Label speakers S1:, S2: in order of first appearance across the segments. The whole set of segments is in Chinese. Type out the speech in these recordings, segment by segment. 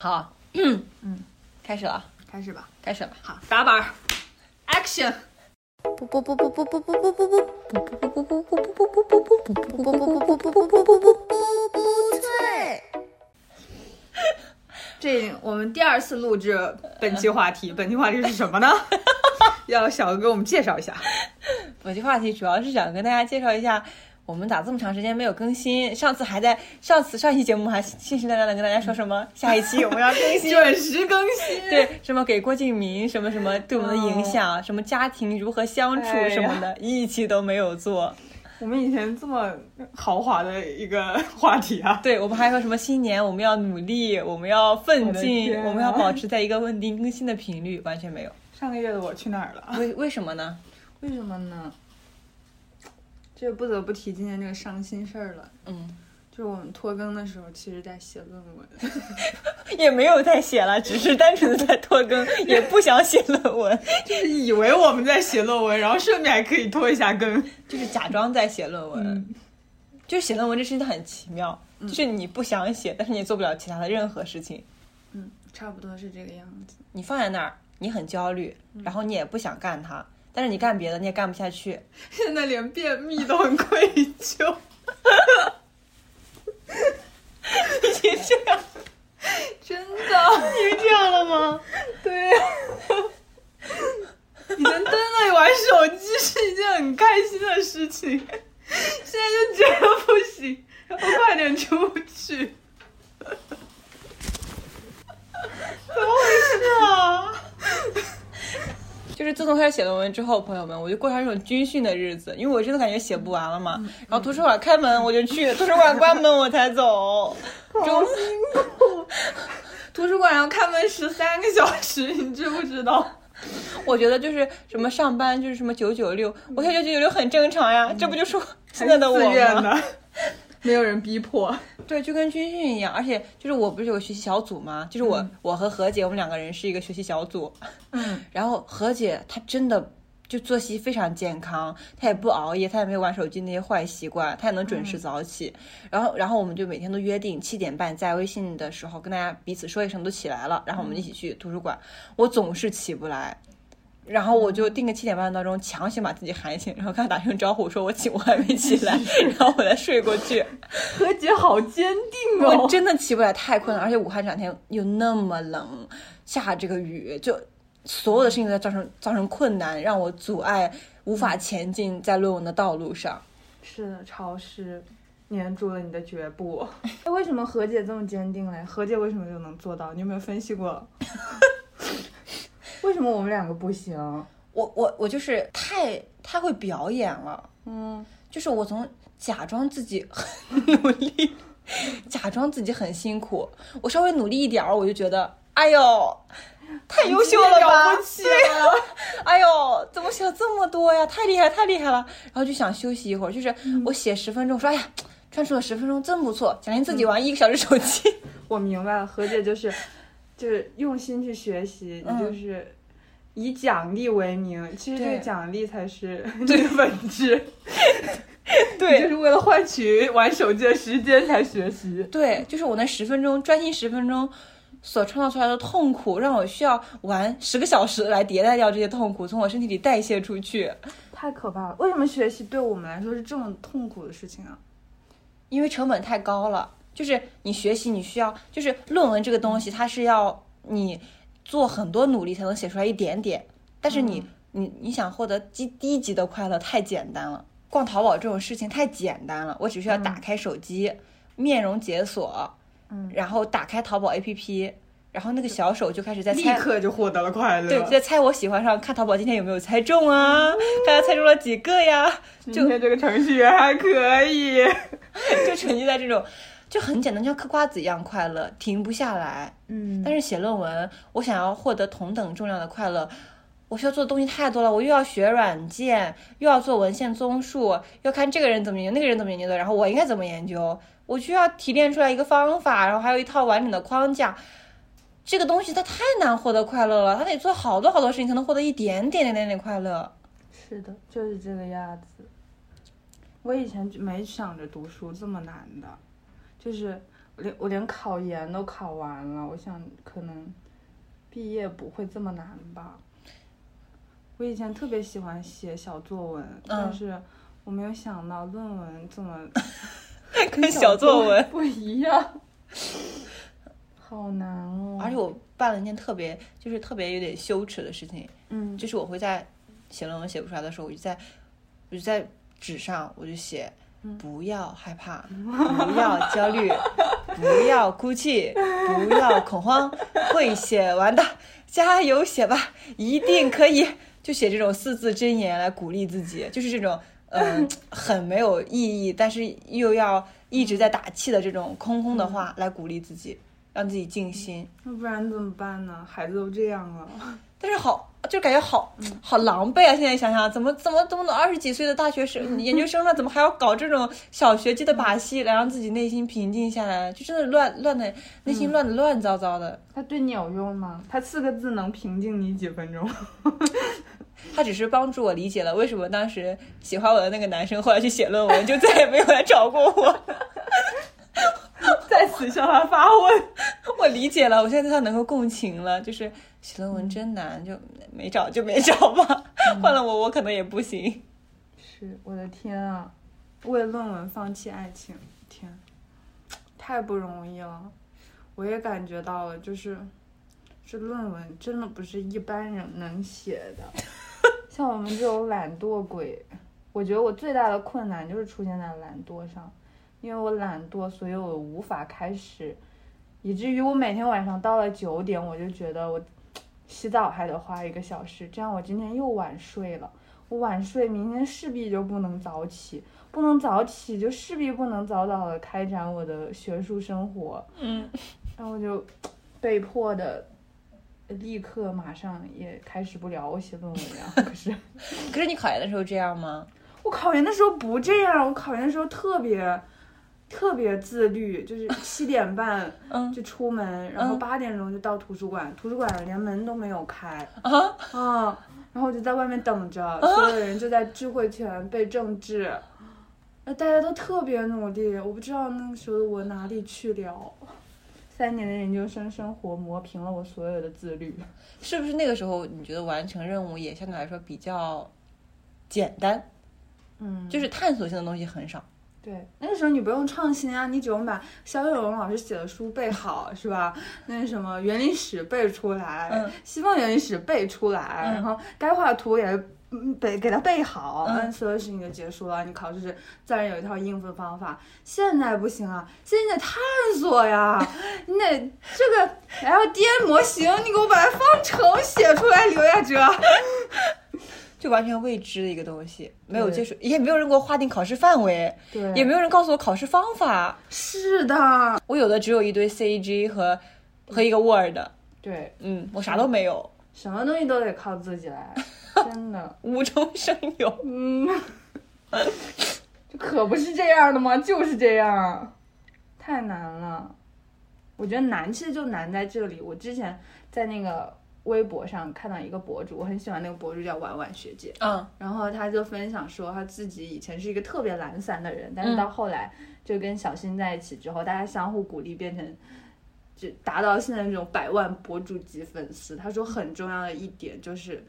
S1: 好，
S2: 嗯，
S1: 开始了，啊
S2: 开始吧。
S1: 开始吧。
S2: 好，打板儿，Action！这我们第二次录制本期话题，本期话题是什么 呢？要小哥给我们介绍一下。
S1: 本期话题主要是想跟大家介绍一下，我们咋这么长时间没有更新？上次还在上次上一期节目还信誓旦旦的跟大家说什么，下一期我们要更新。
S2: 准时更新。
S1: 对，什么给郭敬明什么什么对我们的影响，什么家庭如何相处
S2: 哦哎呀
S1: 什么的，一期都没有做。
S2: 我们以前这么豪华的一个话题啊，
S1: 对，我们还说什么新年我们要努力，我们要奋
S2: 我的
S1: 进，
S2: 天啊
S1: 我们要保持在一个稳定更新的频率，完全没有。
S2: 上个月的我去哪儿了？
S1: 为为什么呢？
S2: 为什么呢？这不得不提今年这个伤心事儿了。
S1: 嗯，
S2: 就是我们拖更的时候，其实在写论 文，
S1: 也没有在写了，只是单纯的在拖更，也不想写论文，
S2: 就是以为我们在写论文，然后顺便还可以拖一下更。
S1: 就是假装在写论文。
S2: 嗯
S1: 就是写论文这事情很奇妙，就是你不想写，但是你也做不了其他的任何事情。
S2: 嗯，差不多是这个样子。
S1: 你放在那儿，你很焦虑，然后你也不想干它，但是你干别的你也干不下 去。
S2: 现在连便秘都很愧疚，
S1: 已经这样，
S2: 真的。
S1: 已经这样了吗？
S2: 对呀、以前真的玩手机是一件很开心的事情，现在就觉得不行，我快点出去。怎么回事啊？
S1: 就是自从开始写论文之后，朋友们，我就过上这种军训的日子，因为我真的感觉写不完了嘛。然后图书馆开门我就去，图书馆关门我才 走。就
S2: 图书馆要开门十三个小时，你知不知道？
S1: 我觉得就是什么上班就是什么九九六，我现在九九六很正常呀，这不就是我现在的我
S2: 自愿
S1: 吗？
S2: 的，没有人逼迫。
S1: 对，就跟军训一样，而且就是我不是有个学习小组吗？就是我、我和何姐我们两个人是一个学习小组，
S2: 嗯，
S1: 然后何姐她真的就作息非常健康，她也不熬夜，她也没有玩手机那些坏习惯，她也能准时早起。然后，然后我们就每天都约定七点半在微信的时候跟大家彼此说一声都起来了，然后我们一起去图书馆。我总是起不来。然后我就定个七点半的闹钟，强行把自己喊醒，然后跟他打声招呼，说我起，我还没起来，然后我再睡过去。
S2: 何姐好坚 定
S1: 我
S2: 哦！
S1: 真的起不来，太困了，而且武汉这两天又那么冷，下这个雨，就所有的事情都在造成造成困难，让我阻碍无法前进在论文的道路上。
S2: 是的，潮湿粘住了你的脚 步。哎，为什么何姐这么坚定嘞？何姐为什么就能做到？你有没有分析过？ 为什么我们两个不行？
S1: 我我我就是太太会表演了，
S2: 嗯，
S1: 就是我从假装自己很努力，假装自己很辛苦，我稍微努力一点儿，我就觉得。哎呦，太优秀了吧！
S2: 了不起了！
S1: 哎呦，怎么写了这么多呀？太厉害，太厉害了！然后就想休息一会儿，就是我写十分钟，说哎呀，专注了十分钟，真不错。奖励自己玩一个小时手机，
S2: 我明白了，何姐就是就是用心去学习，
S1: 嗯
S2: 你就是以奖励为名，其实这
S1: 对
S2: 个奖励才是 这个本质， 你就
S1: 对
S2: 是为了换取玩手机的时间才学习。
S1: 对，就是我那十分钟专心十分钟所创造出来的痛苦，让我需要玩十个小时来迭代掉这些痛苦，从我身体里代谢出去。
S2: 太可怕了！为什么学习对我们来说是这么痛苦的事情啊？
S1: 因为成本太高了。就是你学习，你需要，就是论文这个东西，它是要你做很多努力才能写出来一点点。但是
S2: 嗯
S1: 你，你你想获得低低级的快乐太简单了，逛淘宝这种事情太简单了。我只需要打开手机，面容解锁，
S2: 嗯，
S1: 然后打开淘宝 APP，然后那个小手就开始在
S2: 立
S1: 猜。
S2: 刻就获得了快乐。
S1: 对，就在猜我喜欢上，看淘宝今天有没有猜中啊？
S2: 嗯
S1: 看他猜中了几个呀？
S2: 今天这个程序员还可以。
S1: 就沉浸在这种，就很简单，就像嗑瓜子一样快乐，停不下来。
S2: 嗯，
S1: 但是写论文，我想要获得同等重量的快乐，我需要做的东西太多了，我又要学软件，又要做文献综述，又要看这个人怎么研究，那个人怎么研究的，然后我应该怎么研究，我需要提炼出来一个方法，然后还有一套完整的框架。这个东西它太难获得快乐了，它得做好多好多事情才能获得一点点点点点快 乐。
S2: 是的，就是这个样子。我以前就没想着读书这么难的，就是连我连考研都考完了，我想可能毕业不会这么难吧。我以前特别喜欢写小作文，但是我没有想到论文这么
S1: 跟小作文
S2: 不一样，好难哦。
S1: 而且我办了一件特别，就是特别有点羞耻的事情，
S2: 嗯，
S1: 就是我会在写论文写不出来的时候，我就在，我就在纸上我就写，不要害怕，不要焦虑， 不要哭泣，不要恐慌，会写完的，加油写吧，一定可以。就写这种四字真言来鼓励自己，就是这种嗯、很没有意义，但是又要一直在打气的这种空空的话来鼓励自己，让自己静心。
S2: 要不然怎么办呢？孩子都这样了，
S1: 但是好，就感觉好
S2: 嗯
S1: 好狼狈啊！现在想想，怎么怎么怎么能二十几岁的大学
S2: 嗯
S1: 生、研究生了，怎么还要搞这种小学鸡的把戏来让自己内心平静下来？就真的乱乱的，内心乱的乱糟糟的。
S2: 他对你有用吗？他四个字能平静你几分钟？
S1: 他只是帮助我理解了为什么当时喜欢我的那个男生后来去写论文，就再也没有来找过我。
S2: 再次向他发问。
S1: 我理解了，我现在对他能够共情了，就是写论
S2: 嗯
S1: 文真难，就没找就没找吧，换了我我可能也不行。
S2: 是我的天啊！为论文放弃爱情，天，太不容易了。我也感觉到了，就是这论文真的不是一般人能写的。像我们这种懒惰鬼，我觉得我最大的困难就是出现在懒惰上，因为我懒惰，所以我无法开始，以至于我每天晚上到了九点，我就觉得我洗澡还得花一个小时，这样我今天又晚睡了。我晚睡，明天势必就不能早起，不能早起就势必不能早早的开展我的学术生活，
S1: 嗯，
S2: 然后我就被迫的立刻马上也开始不了我写论文了。可是
S1: 可是你考研的时候这样吗？
S2: 我考研的时候不这样，我考研的时候特别特别自 律，就是七点半
S1: 嗯
S2: 就出门，然后八点钟就到图书馆，图书馆连门都没有开啊嗯，然后我就在外面等着，
S1: 啊
S2: 所有人就在智慧权背政治。那大家都特别努力，我不知道那个时候的我哪里去了。三年的研究生生活磨平了我所有的自律。
S1: 是不是那个时候你觉得完成任务也相对来说比较简单，
S2: 嗯，
S1: 就是探索性的东西很少？
S2: 对，那个时候你不用创新啊，你只用把肖友荣老师写的书背好， 是吧？那什么园林史背出来，
S1: 嗯
S2: 西方园林史背出来，
S1: 嗯
S2: 然后该画的图也嗯背给它背好，
S1: 嗯
S2: 那所有事情就结束了。你考试自然有一套应付的方法。现在不行啊，现在你得探索 呀，你得这个 LDN 模型，你给我把它方程写出来，刘亚哲。
S1: 就完全未知的一个东西，没有
S2: 对
S1: 接触，也没有人给我划定考试范围，
S2: 对
S1: 也没有人告诉我考试方法。
S2: 是的，
S1: 我有的只有一堆 CG 和和一个 Word，
S2: 对，
S1: 嗯，我啥都没有，
S2: 什么东西都得靠自己 来，真的。
S1: 无中生有。
S2: 嗯，这可不是这样的吗？就是这样，太难了。我觉得难，其实就难在这里。我之前在那个微博上看到一个博主，我很喜欢那个博主叫婉婉学姐，
S1: 嗯
S2: 然后她就分享说，她自己以前是一个特别懒散的人，但
S1: 嗯
S2: 是到后来就跟小新在一起之后，大家相互鼓励，变成就达到现在这种百万博主级粉丝。她说很重要的一点就是，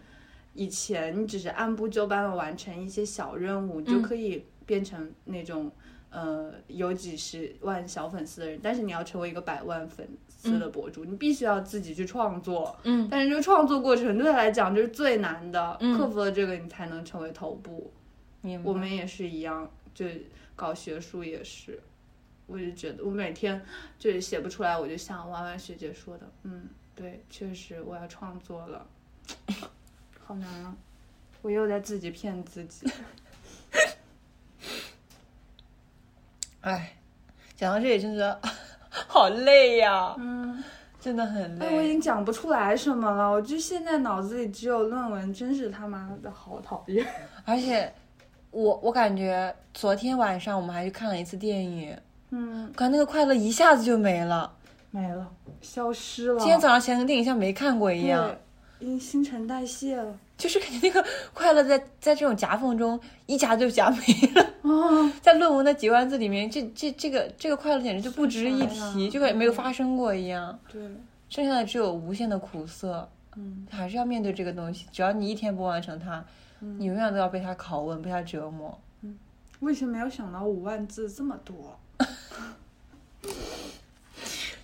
S2: 以前你只是按部就班的完成一些小任务，你就可以变成那种。呃，有几十万小粉丝的人，但是你要成为一个百万粉丝的博主，你必须要自己去创作，
S1: 嗯，
S2: 但是这个创作过程对他来讲就是最难的，
S1: 嗯
S2: 克服了这个你才能成为头部。
S1: 明白
S2: 我们也是一样，就搞学术也是，我就觉得我每天就是写不出来，我就像弯弯学姐说的，嗯，对，确实我要创作了，好难啊，我又在自己骗自己。
S1: 哎，讲到这里真的觉得 好累呀，
S2: 嗯，
S1: 真的很
S2: 哎，我已
S1: 累。
S2: 经讲不出来什么了，我就现在脑子里只有论文，真是他妈的好讨厌。
S1: 而且我我感觉昨天晚上我们还去看了一次电影，
S2: 嗯，
S1: 感觉那个快乐一下子就没了。
S2: 没了，消失了。
S1: 今天早上前跟电影像没看过一样
S2: 哦 对，，已经新陈代谢了
S1: 就是感觉那个快乐在在这种夹缝中一夹就夹没了。
S2: 啊！哦，
S1: 在论文的几万字里面，这这这个这个快乐简直就不值一
S2: 是啥嗯
S1: 提，
S2: 呀
S1: 就感觉没有发生过一样。
S2: 对，
S1: 剩下的只有无限的苦涩，
S2: 嗯，
S1: 还是要面对这个东西。只要你一天不完成它，
S2: 嗯
S1: 你永远都要被它拷问，被它折磨。
S2: 我以前没有想到五万字这么多。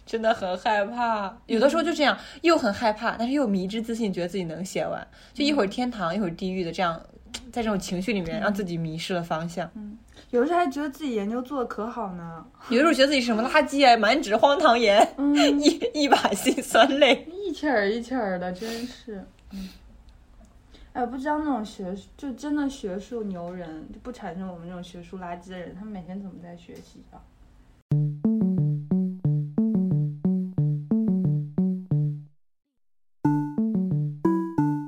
S1: 真的很害怕，有的时候就这样，又很害怕，但是又迷之自信，觉得自己能写完，就一会儿天堂，一会儿地狱的，这样在这种情绪里面让自己迷失了方向。
S2: 有时候还觉得自己研究做的可好呢，
S1: 有的时候觉得自己是什么垃圾啊，满纸荒唐言，
S2: 嗯，
S1: 一一把辛酸泪。
S2: 一气儿一气儿的，真是。嗯，哎，不知道那种学术就真的学术牛人，就不产生我们这种学术垃圾的人，他们每天怎么在学习啊？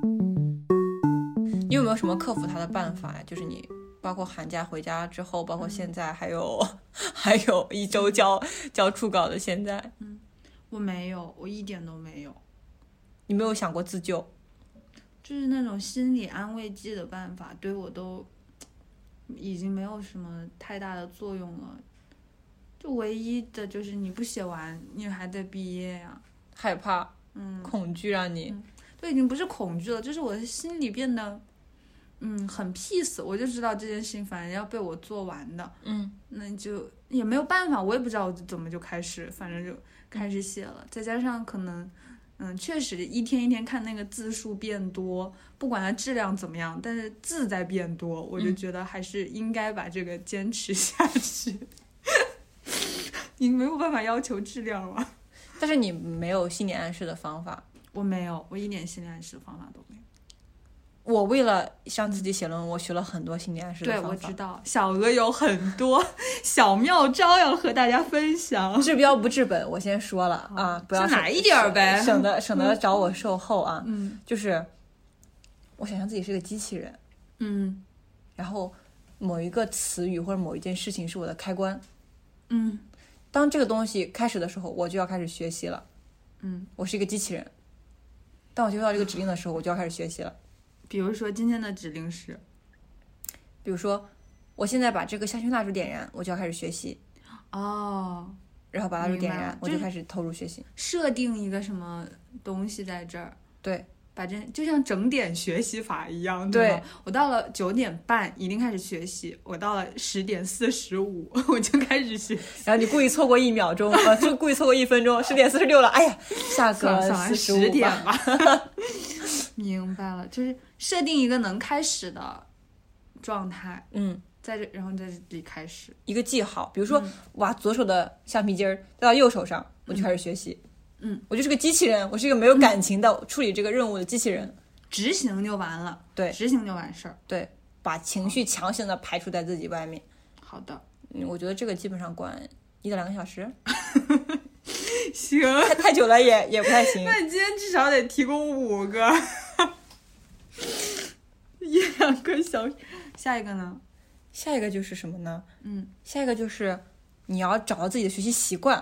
S1: 你有没有什么克服它的办法呀？就是你包括寒假回家之后，包括现在，还有 还有一周交交初稿的现在，
S2: 我没有，我一点都没有，
S1: 你没有想过自救？
S2: 就是那种心理安慰剂的办法，对我都已经没有什么太大的作用了。就唯一的就是你不写完，你还得毕业啊呀、
S1: 害怕、
S2: 嗯，
S1: 恐惧让你
S2: 都已经不是恐惧了，就是我的心里变得，嗯，很 peace。我就知道这件事情反正要被我做完的，
S1: 嗯，
S2: 那就也没有办法，我也不知道我怎么就开始，反正就开始写了。再加上可能，嗯，确实一天一天看那个字数变多，不管它质量怎么样，但是字在变多，我就觉得还是应该把这个坚持下去。 你没有办法要求质量吗？
S1: 但是你没有心理暗示的方法。
S2: 我没有，我一点心理暗示的方法都没有。
S1: 我为了让自己写论文，我学了很多心理暗示的
S2: 对，
S1: 方法。
S2: 我知道小鹅有很多 小妙招要和大家 分享。
S1: 治标不治本，我先说了啊，不要
S2: 是
S1: 省
S2: 哪一点儿呗
S1: 省得省得找我售后啊。
S2: 嗯
S1: 就是我想象自己是个机器人，
S2: 嗯
S1: 然后某一个词语或者某一件事情是我的开关。
S2: 嗯
S1: 当这个东西开始的时候，我就要开始学习了。
S2: 嗯，
S1: 我是一个机器人。当我接受到这个指令的时候，我就要开始学习了。
S2: 比如说今天的指令是
S1: 比如说，我现在把这个香薰蜡烛点燃，我就要开始学习，
S2: 哦，
S1: 然后把蜡烛点
S2: 嗯明白
S1: 燃
S2: 了，
S1: 我就
S2: 就是
S1: 开始投入学习。
S2: 设定一个什么东西在这儿，
S1: 对，
S2: 把这就像整点学习法一样。
S1: 对
S2: 吗，我到了九点半一定开始学习，我到了十点四十五 我就开始学。
S1: 然后你故意错过一秒 钟，呃，就故意错过一分钟，十点四十六了，哎呀，下
S2: 算
S1: 个
S2: 了算了，
S1: 四十
S2: 十
S1: 五
S2: 点
S1: 吧。
S2: 吧。 明白了，就是设定一个能开始的状态。
S1: 嗯，
S2: 在这，然后在这里开始。
S1: 一个记号，比如说，
S2: 嗯
S1: 哇，左手的橡皮筋儿带到右手上，我就开始学习。
S2: 嗯，
S1: 我就是个机器人，我是一个没有感情的、处理这个任务的机器人，
S2: 执行就完了，
S1: 对
S2: 执行就完事儿。
S1: 把情绪强行的排除在自己外面。
S2: 好的，
S1: 嗯，我觉得这个基本上管一到两个小时，
S2: 行，
S1: 太太久了也也不太 行。
S2: 那你今天至少得提供五个，一两个小时。下一个呢？
S1: 下一个就是什么呢？
S2: 嗯
S1: 下一个就是你要找到自己的学习习惯。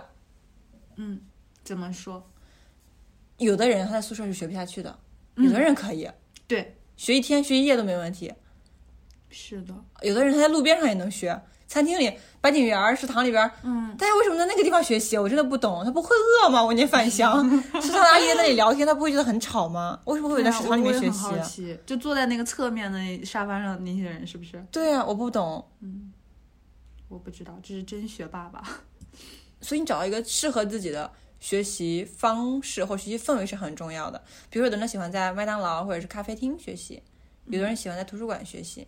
S2: 嗯，怎么说？
S1: 有的人他在宿舍是学不下去的，
S2: 嗯
S1: 有的人可以、啊
S2: 对，
S1: 学一天、学一夜都没问题。
S2: 是的，
S1: 有的人他在路边上也能学，餐厅里、白景园儿、食堂里边儿，
S2: 嗯，
S1: 大家为什么在那个地方学习？我真的不懂，他不会饿吗？我念饭香， 食堂的阿姨在那里聊天，他不会觉得很吵吗？为什么会
S2: 对
S1: 在
S2: 啊
S1: 食堂里
S2: 我
S1: 面
S2: 也
S1: 学
S2: 很
S1: 习
S2: 好
S1: 啊？
S2: 奇，就坐在那个侧面的那沙发上那些人是不是？
S1: 对啊，我不懂，
S2: 我不知道，这是真学霸吧？
S1: 所以你找到一个适合自己的学习方式或学习氛围是很重要的。比如说，有的人喜欢在麦当劳或者是咖啡厅学习，
S2: 嗯
S1: 有的人喜欢在图书馆学习，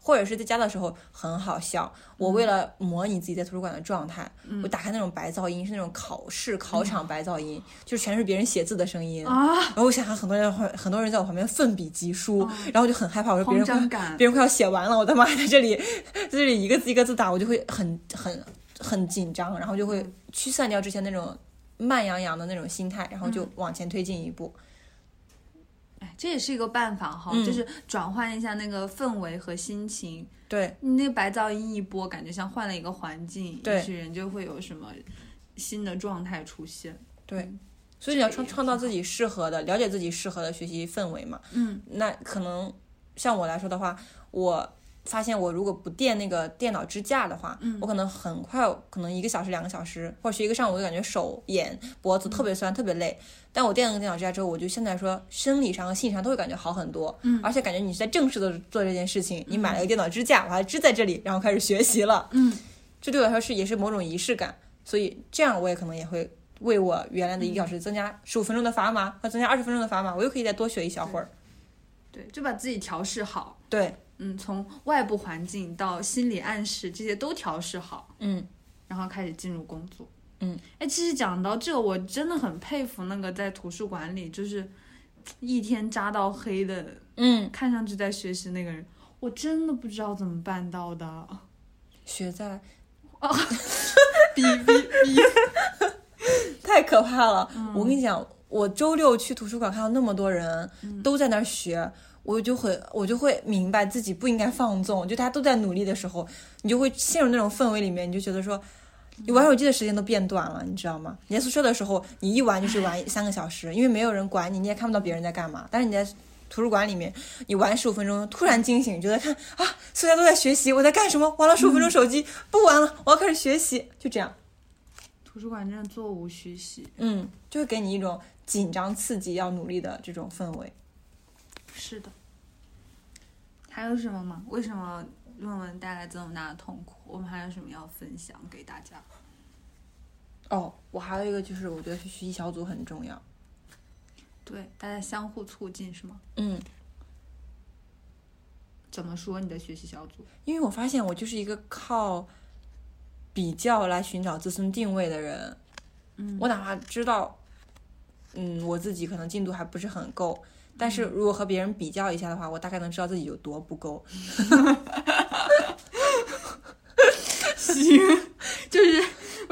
S1: 或者是在家的时候很好笑。我为了模拟自己在图书馆的状态，
S2: 嗯
S1: 我打开那种白噪音，是那种考试考场白噪音，就是全是别人写字的声音。
S2: 嗯啊，
S1: 然后我想想，很多人很多人在我旁边奋笔疾书，然后我就很害怕，我说别
S2: 慌
S1: 人快
S2: 张感。
S1: 别人快要写完了，我他妈在这里 在这里一个字一个字打，我就会很很很紧张，然后就会驱散掉之前那种慢洋洋的那种心态，然后就往前推进一步。
S2: 哎，这也是一个办法哈，
S1: 嗯
S2: 就是转换一下那个氛围和心情。
S1: 对
S2: 你那个白噪音一播，感觉像换了一个环境，
S1: 对
S2: 也许人就会有什么新的状态出现。
S1: 对，所以你要创
S2: 这也
S1: 创造自己适合的，了解自己适合的学习氛围嘛。
S2: 嗯
S1: 那可能像我来说的话，我发现我如果不垫那个电脑支架的话，我可能很快，可能一个小时、两个小时，或者是一个上午，我就感觉手、眼、脖子特别酸、特别累。但我垫了个电脑支架之后，我就现在说生理上和心理上都会感觉好很多，嗯，而且感觉你是在正式的做这件事情，你买了个电脑支架，我还支在这里，然后开始学习了，
S2: 嗯，
S1: 这对我来说是也是某种仪式感，所以这样我也可能也会为我原来的一个小时增加十五分钟的砝码和增加二十分钟的砝码，我又可以再多学一小会儿，
S2: 对，就把自己调试好。
S1: 对，
S2: 嗯，从外部环境到心理暗示，这些都调试好，
S1: 嗯
S2: 然后开始进入工作。
S1: 嗯，
S2: 哎，其实讲到这，我真的很佩服那个在图书馆里就是一天扎到黑的，
S1: 嗯，
S2: 看上去在学习那个人，我真的不知道怎么办到的。
S1: 学在哦
S2: 比比，
S1: 太可怕了！我跟你讲，我周六去图书馆看到那么多人、都在那儿学，我就会我就会明白自己不应该放纵。就大家都在努力的时候，你就会陷入那种氛围里面，你就觉得说，你玩手机的时间都变短了，你知道吗？你在宿舍的时候，你一 玩就是玩三个小时，因为没有人管你，你也看不到别人在干嘛。但是你在图书馆里面，你玩十五分钟，突然惊醒，觉得看啊，大家都在学习，我在干什么？玩了十五分钟手机，不玩了，我要开始学习，就这样。
S2: 图书馆真的座无虚席。
S1: 嗯，就会给你一种紧张、刺激、要努力的这种氛围。
S2: 是的。还有什么吗？为什么论文带来这么大的痛苦？我们还有什么要分享给大家？
S1: 哦，我还有一个就是，我觉得学习小组很重要。
S2: 对，大家相互促进是吗？
S1: 嗯，
S2: 怎么说你的学习小组？
S1: 因为我发现我就是一个靠比较来寻找自身定位的人。嗯，我哪怕知道，嗯，我自己可能进度还不是很够，但是如果和别人比较一下的话，我大概能知道自己有多不够。
S2: 行， 就是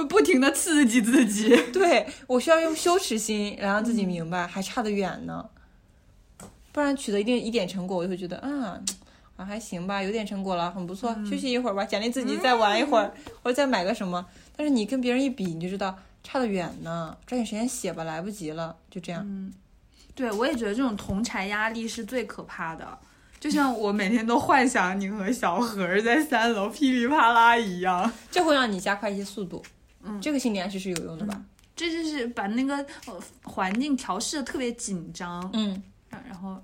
S2: 不停的刺激自己。
S1: 对我需要用羞耻心来让自己明白还差得远呢，不然取得一定一点成果，我就会觉得啊。啊，还行吧，有点成果了，很不
S2: 嗯
S1: 错。休息一会儿吧，奖励自己，再玩一会儿，或者再买个什么。但是你跟别人一比，你就知道差得远呢，抓紧时间写吧，来不及了，就这
S2: 嗯
S1: 样。
S2: 对，我也觉得这种同柴压力是最可怕的。就像我每天都幻想你和小何儿在三楼噼里啪啦一样，
S1: 这会让你加快一些速度，
S2: 嗯
S1: 这个心理暗示是有用的吧？
S2: 这就是把那个呃环境调试的特别紧张，
S1: 嗯，
S2: 然后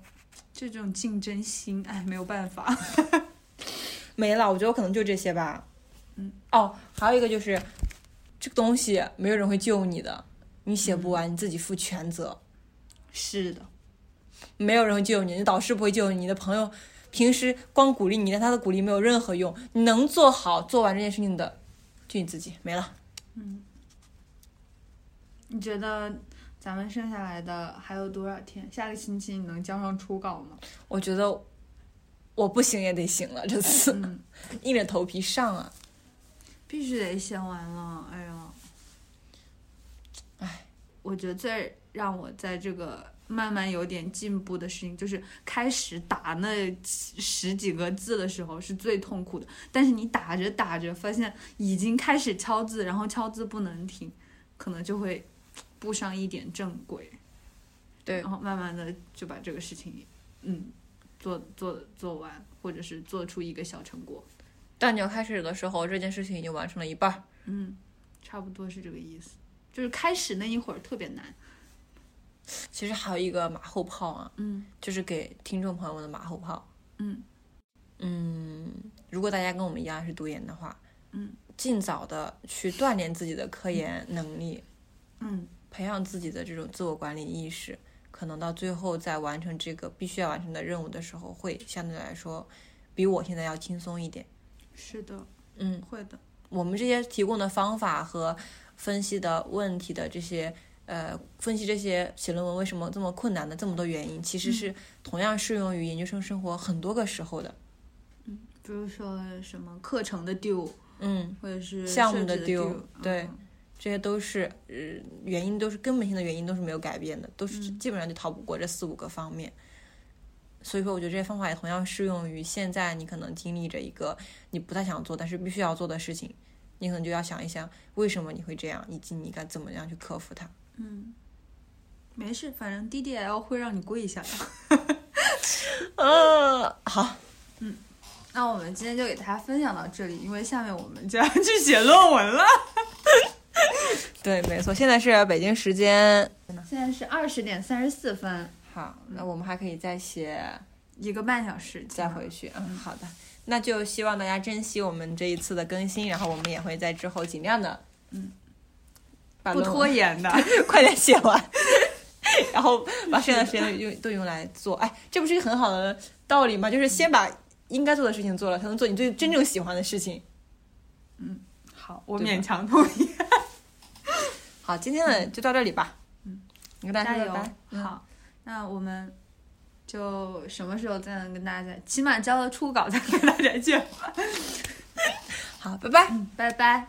S2: 就这种竞争心，哎，没有办法。
S1: 没了，我觉得我可能就这些吧。
S2: 嗯，
S1: 哦，还有一个就是，这个东西没有人会救你的，你写
S2: 嗯
S1: 不完、你自己负全责，
S2: 是的，
S1: 没有人会救你，你的导师不会救你，你的朋友平时光鼓励你，但他的鼓励没有任何用。你能做好做完这件事情的，就你自己没了。
S2: 你觉得咱们剩下来的还有多少天？下个星期你能交上初稿吗？
S1: 我觉得我不行也得行了，这次、
S2: 嗯
S1: 硬着头皮上啊。
S2: 必须得写完了，哎呀，哎，我觉得最让我在这个慢慢有点进步的事情，就是开始打那几十几个字的时候是最痛苦的，但是你打着打着发现已经开始敲字，然后敲字不能停，可能就会步上一点正轨，
S1: 对
S2: 然后慢慢的就把这个事情，嗯，做做做完，或者是做出一个小成果，
S1: 但你要开始的时候，这件事情已经完成了一半儿。
S2: 嗯，差不多是这个意思。就是开始那一会儿特别难，
S1: 其实还有一个马后炮啊，
S2: 嗯
S1: 就是给听众朋友们的马后炮。
S2: 嗯
S1: 嗯，如果大家跟我们一样是读研的话，
S2: 嗯，
S1: 尽早的去锻炼自己的科研能力，
S2: 嗯，
S1: 培养自己的这种自我管理意识，可能到最后在完成这个必须要完成的任务的时候，会相对来说比我现在要轻松一点。
S2: 是的，
S1: 嗯，
S2: 会的，
S1: 我们这些提供的方法和分析的问题的这些。呃，分析这些写论文为什么这么困难的这么多原因，其实是同样适用于研究生生活很多个时候的。
S2: 比如说什么课程的 due，
S1: 嗯，
S2: 或者是
S1: 项目
S2: 设
S1: 的
S2: 置
S1: due，
S2: due，
S1: 对
S2: 嗯
S1: 这些都是呃原因，都是根本性的原因，都是没有改变的，都是
S2: 嗯
S1: 基本上就逃不过这四五个方面。所以说，我觉得这些方法也同样适用于现在你可能经历着一个你不太想做但是必须要做的事情，你可能就要想一想为什么你会这样，以及你该怎么样去克服它。
S2: 嗯，没事，反正 DDL 会让你跪下的。
S1: 啊，好，
S2: 那我们今天就给大家分享到这里，因为下面我们就要去写论文了。
S1: 对，没错，现在是北京时间。
S2: 现在是二十点三十四分，
S1: 好，那我们还可以再写，
S2: 一个半小时，
S1: 再回去。嗯，好的，那就希望大家珍惜我们这一次的更新，然后我们也会在之后尽量的，嗯，
S2: 不拖，延 的。
S1: 快点写完，然后把剩下的时间用都用来做。哎，这不是一个很好的道理吗？就是先把应该做的事情做了，才能做你最真正喜欢的事情。
S2: 好，我
S1: 对吧
S2: 勉强同意。
S1: 好，今天的就到这里吧。嗯，跟大家
S2: 加
S1: 说
S2: 油
S1: 拜拜。！嗯
S2: 好，那我们就什么时候再能跟大家，起码交了初稿再跟大家见。
S1: 嗯好，拜拜。
S2: 拜拜。